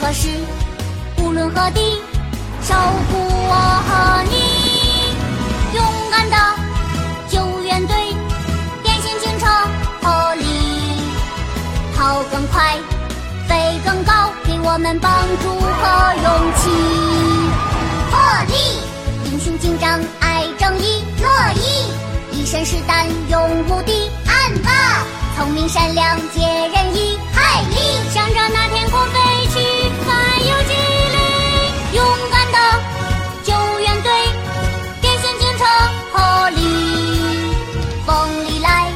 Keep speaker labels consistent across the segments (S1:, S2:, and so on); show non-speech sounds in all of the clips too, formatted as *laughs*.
S1: 何时，无论何地，守护我和你。勇敢的救援队，变形警车合力，跑更快，飞更高，给我们帮助和勇气。破例，英雄警长爱正义，乐意一身是胆勇无敌，暗霸聪明善良解人意，海力向着那天空飞去，还有激励，勇敢的救援队，变形警车合力，风里来，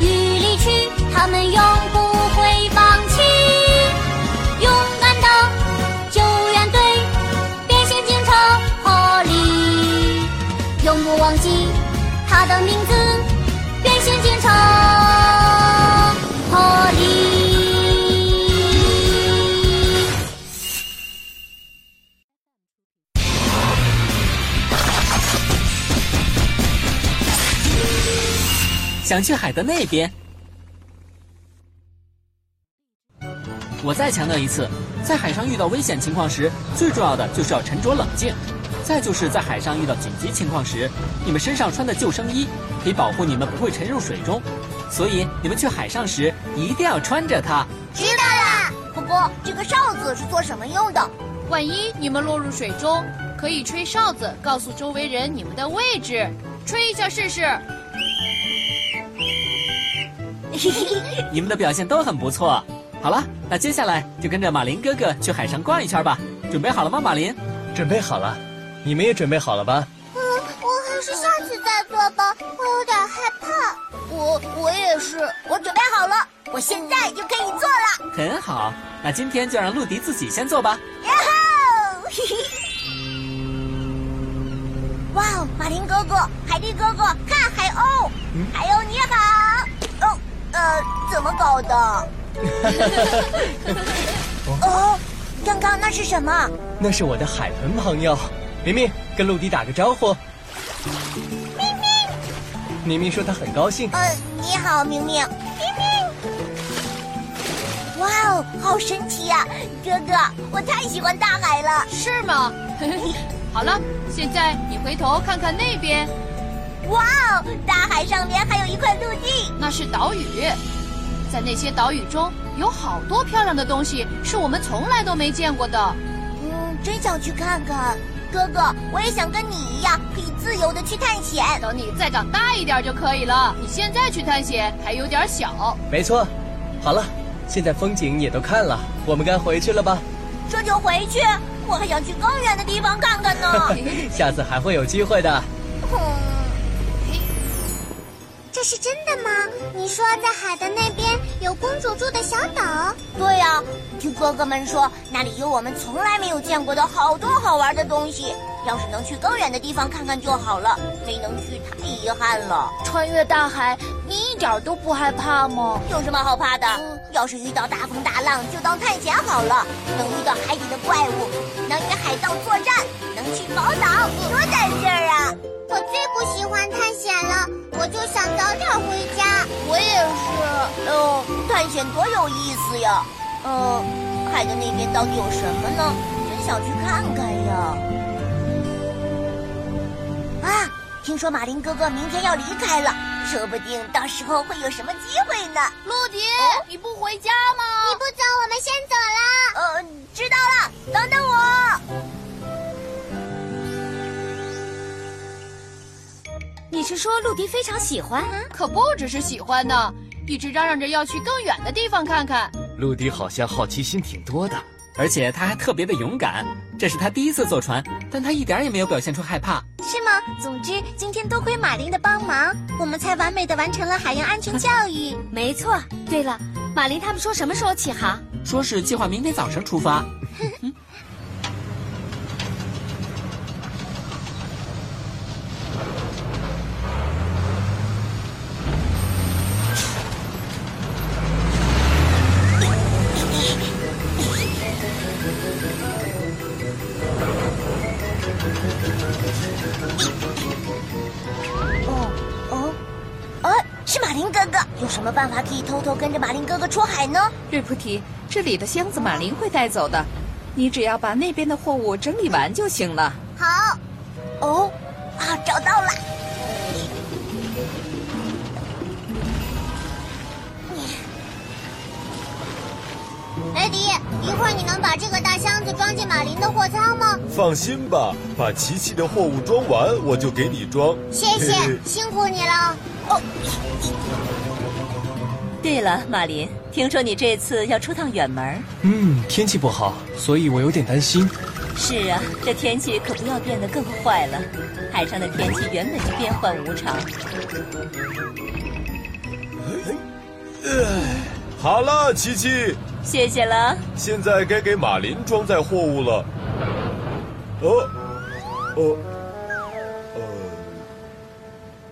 S1: 雨里去，他们永不会放弃。勇敢的救援队，变形警车合力，永不忘记他的名字，变形警车合力。
S2: 想去海的那边。我再强调一次，在海上遇到危险情况时，最重要的就是要沉着冷静。再就是在海上遇到紧急情况时，你们身上穿的救生衣可以保护你们不会沉入水中，所以你们去海上时一定要穿着它。
S1: 知道啦，波波，这个哨子是做什么用的？
S3: 万一你们落入水中，可以吹哨子告诉周围人你们的位置，吹一下试试。
S2: 你们的表现都很不错。好了，那接下来就跟着马林哥哥去海上逛一圈吧。准备好了吗，马林？
S4: 准备好了，你们也准备好了吧？
S1: 嗯，我还是下次再做吧，我有点害怕。我我也是，我准备好了，我现在就可以做了。
S2: 很好，那今天就让陆迪自己先做吧。
S1: 呀吼！ *laughs* 哇哦，马林哥哥、海蒂哥哥，看海鸥，还有你好。哦，呃，怎么搞的？哦，刚刚那是什么？
S4: 那是我的海豚朋友，明明跟陆迪打个招呼。明明，明明说他很高兴。
S1: 呃，你好，明明。哇哦，好神奇呀、哥哥，我太喜欢大海了。
S3: 是吗？ *laughs* 好了，现在你回头看看那边，
S1: 哇哦，大海上面还有一块陆地。
S3: 那是岛屿，在那些岛屿中有好多漂亮的东西，是我们从来都没见过的。
S1: 嗯，真想去看看。哥哥，我也想跟你一样，可以自由的去探险。
S3: 等你再长大一点就可以了。你现在去探险还有点小，
S4: 没错，好了，现在风景也都看了，我们该回去了吧？
S1: 这就回去，我还想去更远的地方看看
S2: *laughs*
S1: 呢。
S4: 下次还会有机会的。
S1: 嗯，这是真的吗？你说在海的那边有公主住的小岛？对呀、听哥哥们说，那里有我们从来没有见过的好多好玩的东西。要是能去更远的地方看看就好了，没能去太遗憾了。
S5: 穿越大海，你一点都不害怕吗？
S1: 有什么好怕的？要是遇到大风大浪，就当探险好了。能遇到海底的怪物，能与海盗作战，能去宝岛，多带劲儿啊！我最不喜欢探险了，我就想早点回家。我也是。哦，探险多有意思呀！嗯，海的那边到底有什么呢？真想去看看呀！啊，听说马林哥哥明天要离开了，说不定到时候会有什么机会呢。
S3: 陆迪，你不回家
S1: 你
S3: 吗？
S1: 不走，我们先走了。呃，知道了，等等我。
S5: 你是说陆迪非常喜欢？
S3: 可不只是喜欢呢，一直嚷嚷着要去更远的地方看看。
S6: 陆迪好像好奇心挺多的，
S2: 而且他还特别的勇敢，这是他第一次坐船，但他一点儿也没有表现出害怕。
S5: 是吗？总之，今天多亏马林的帮忙，我们才完美的完成了海洋安全教育。没错。对了，马林他们说什么时候起航？
S2: 说是计划明天早上出发，
S5: 嗯
S1: 哦，
S5: 呃
S1: 哦，是马林哥哥。有什么办法可以偷偷跟着马林哥哥出海呢？
S7: 瑞菩提，这里的箱子马林会带走的，你只要把那边的货物整理完就行了。
S1: 好，
S5: 哦，啊，找到了！ *laughs*
S1: 雷迪，一会儿你能把这个大箱子装进马林的货仓吗？
S8: 放心吧，把琪琪的货物装完，我就给你装。
S1: 谢谢，辛苦你了。
S7: 对了，马林，听说你这次要出趟远门儿。
S2: 嗯，天气不好，所以我有点担心。
S7: 是啊，这天气可不要变得更坏了。海上的天气原本就变幻无常，
S8: 好了，琪琪，
S7: 谢谢了。
S8: 现在该给马林装载货物了。哦，哦，呃，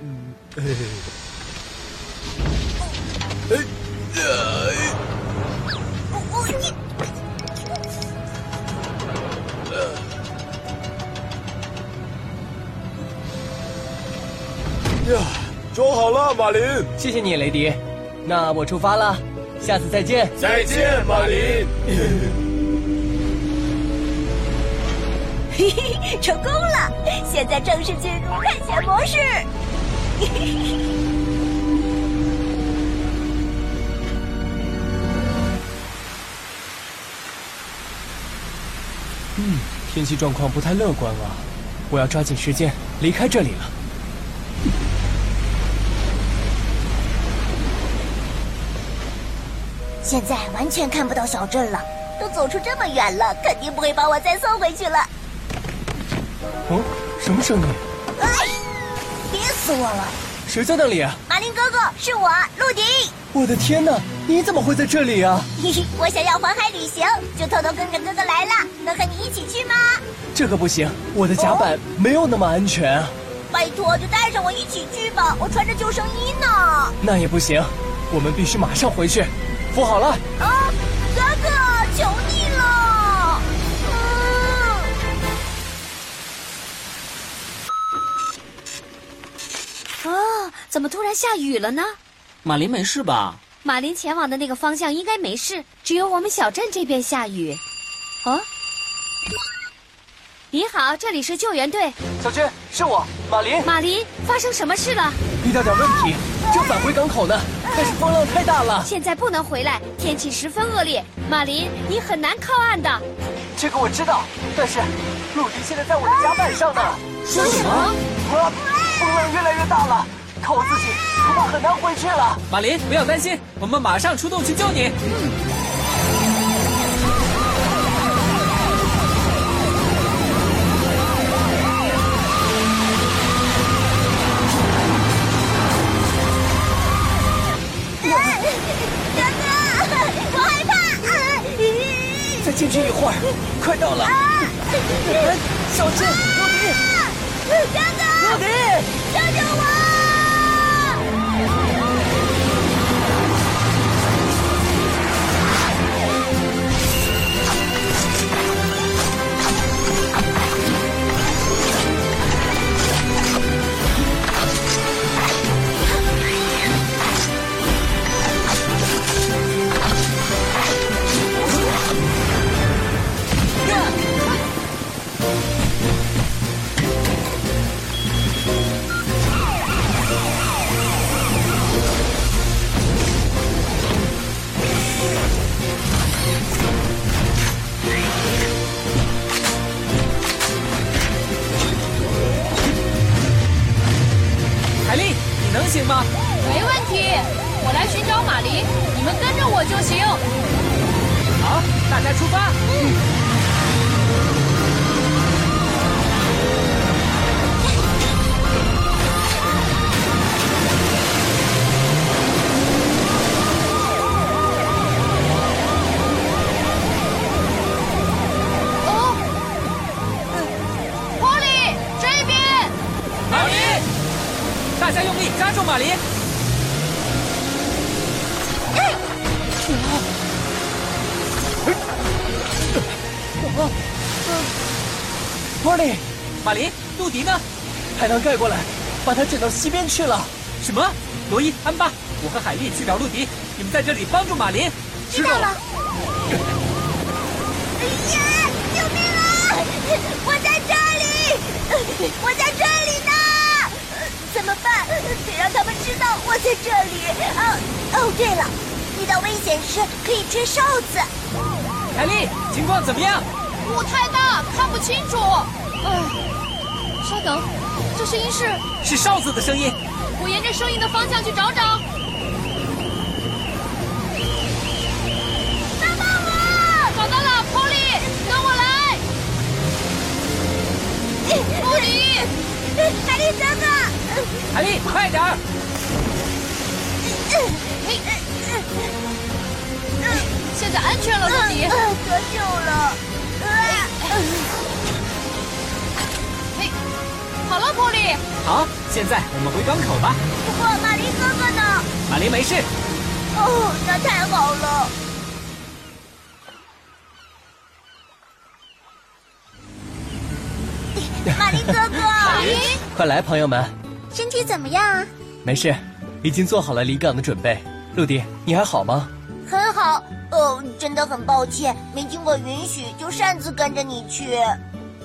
S8: 嗯，嘿嘿，哎，哎，呀，装好了，马林，
S2: 谢谢你，雷迪。那我出发了，下次再见。
S8: 再见，马林。
S5: 嘿嘿，成功了！现在正式进入探险模式。
S2: 天气状况不太乐观啊，我要抓紧时间离开这里了。
S5: 现在完全看不到小镇了，都走出这么远了，肯定不会把我再送回去了。
S2: 哦，什么声音？
S5: 哎，憋死我了！
S2: 谁在那里啊？
S5: 马林哥哥，是我，陆迪。 *laughs*
S2: 我的天哪，你怎么会在这里啊？
S5: 嘿嘿，我想要环海旅行，就偷偷跟着哥哥来了，能和你一起去吗？
S2: 这可不行，我的甲板没有那么安全啊。
S5: 拜托，就带上我一起去吧，我穿着救生衣呢。啊
S2: 那也不行，我们必须马上回去。扶好了，
S5: 啊，哥哥，求你了！嗯。哦，怎么突然下雨了呢？
S9: 马林没事吧？
S5: 马林前往的那个方向应该没事，只有我们小镇这边下雨。哦，您好，这里是救援队。
S2: 小军，是我，马林。
S5: 马林，发生什么事了？
S2: 遇到点问题，正返回港口呢，但是风浪太大了，
S5: 现在不能回来，天气十分恶劣。马林，你很难靠岸的。
S2: 这个我知道，但是陆迪现在在我的甲板上呢。
S5: 说什么？
S2: 啊，风浪越来越大了，靠我自己恐怕很难回去了。
S9: 马林，不要担心，我们马上出动去救你。
S5: 哥哥，我害怕。
S2: 再进去一会儿，快到了。
S5: 啊
S9: 呃
S2: 小心，陆迪。
S5: 哥哥，
S2: 陆迪，
S5: 救救我！
S9: 海丽，你能行吗？
S3: 没问题，我来寻找马林，你们跟着我就行。
S9: 好，大家出发。
S3: 哦波利，呃这边，
S9: 马林，大家用力抓住马林。
S2: 波利，
S9: 马林，杜迪呢？
S2: 海浪盖过来，把它卷到西边去了。
S9: 什么？罗伊、安巴，我和海丽去找陆迪，你们在这里帮助马林。
S5: 知道了。
S1: 呀！救命
S5: *laughs*
S1: 啊！我在这里，我在这里呢！怎么办？得让他们知道我在这里啊！哦，对了，遇到危险时可以吃瘦子。
S5: 凯莉，情况怎么样？
S3: 雾太大，看不清楚。唉，稍等，这是音室，
S5: 是哨子的声音。
S3: 我沿着声音的方向去找找。帮帮我！找到了，Polly，跟我来。布里，
S1: 玛丽哥哥，
S5: 凯莉，快点儿！
S3: 嘿，现在安全了，布里。
S1: 得救了。
S3: 嘿，好了，Polly，
S5: 好，现在我们回港口吧。
S1: 不过玛丽哥哥呢？
S5: 马林没事，
S1: 哦，那太好了。玛丽哥哥，
S2: 快来，朋友们，
S10: 身体怎么样啊？
S2: 没事，已经做好了离港的准备。陆迪，你还好吗？
S1: 很好。哦，真的很抱歉，没经过允许就擅自跟着你去。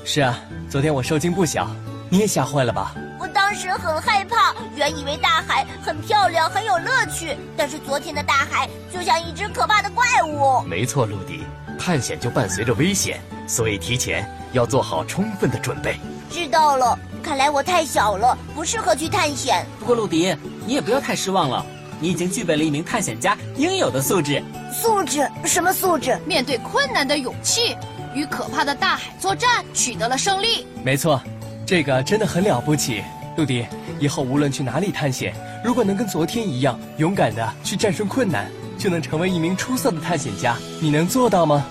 S2: 是啊，昨天我受惊不小，你也吓坏了吧？
S1: 我当时很害怕，原以为大海很漂亮，很有乐趣，但是昨天的大海就像一只可怕的怪物。
S2: 没错，陆迪，探险就伴随着危险，所以提前要做好充分的准备。
S1: 知道
S5: 哦
S1: 了，看来我太小了，不适合去探险。
S5: 不过陆迪，你也不要太失望了，你已经具备了一名探险家应有的素质。
S1: 素质？什么素质？
S3: 面对困难的勇气，与可怕的大海作战，取得了胜利。
S2: 没错，这个真的很了不起。陆迪，以后无论去哪里探险，如果能跟昨天一样勇敢的去战胜困难，就能成为一名出色的探险家。你能做到吗？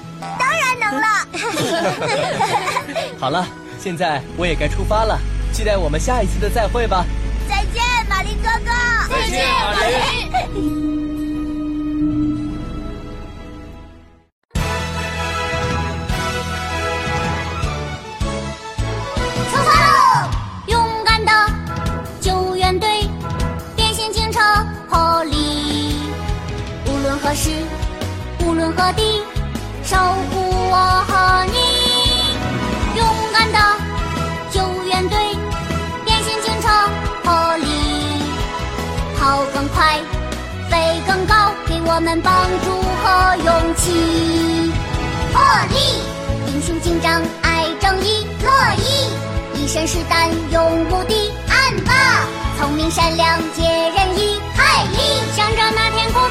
S1: 能了。
S2: *laughs* 好了，现在我也该出发了，期待我们下一次的再会吧。
S1: 再见，马林哥哥。再见，马林。出发喽！勇敢的救援队，变形警车破例，无论何时，无论何地，守护我和你。勇敢的救援队，变形警车破例，跑更快，飞更高，给我们帮助和勇气。破例，英雄警长爱正义，乐意一身是胆勇无敌，暗霸聪明善良解人意，海力向着那天空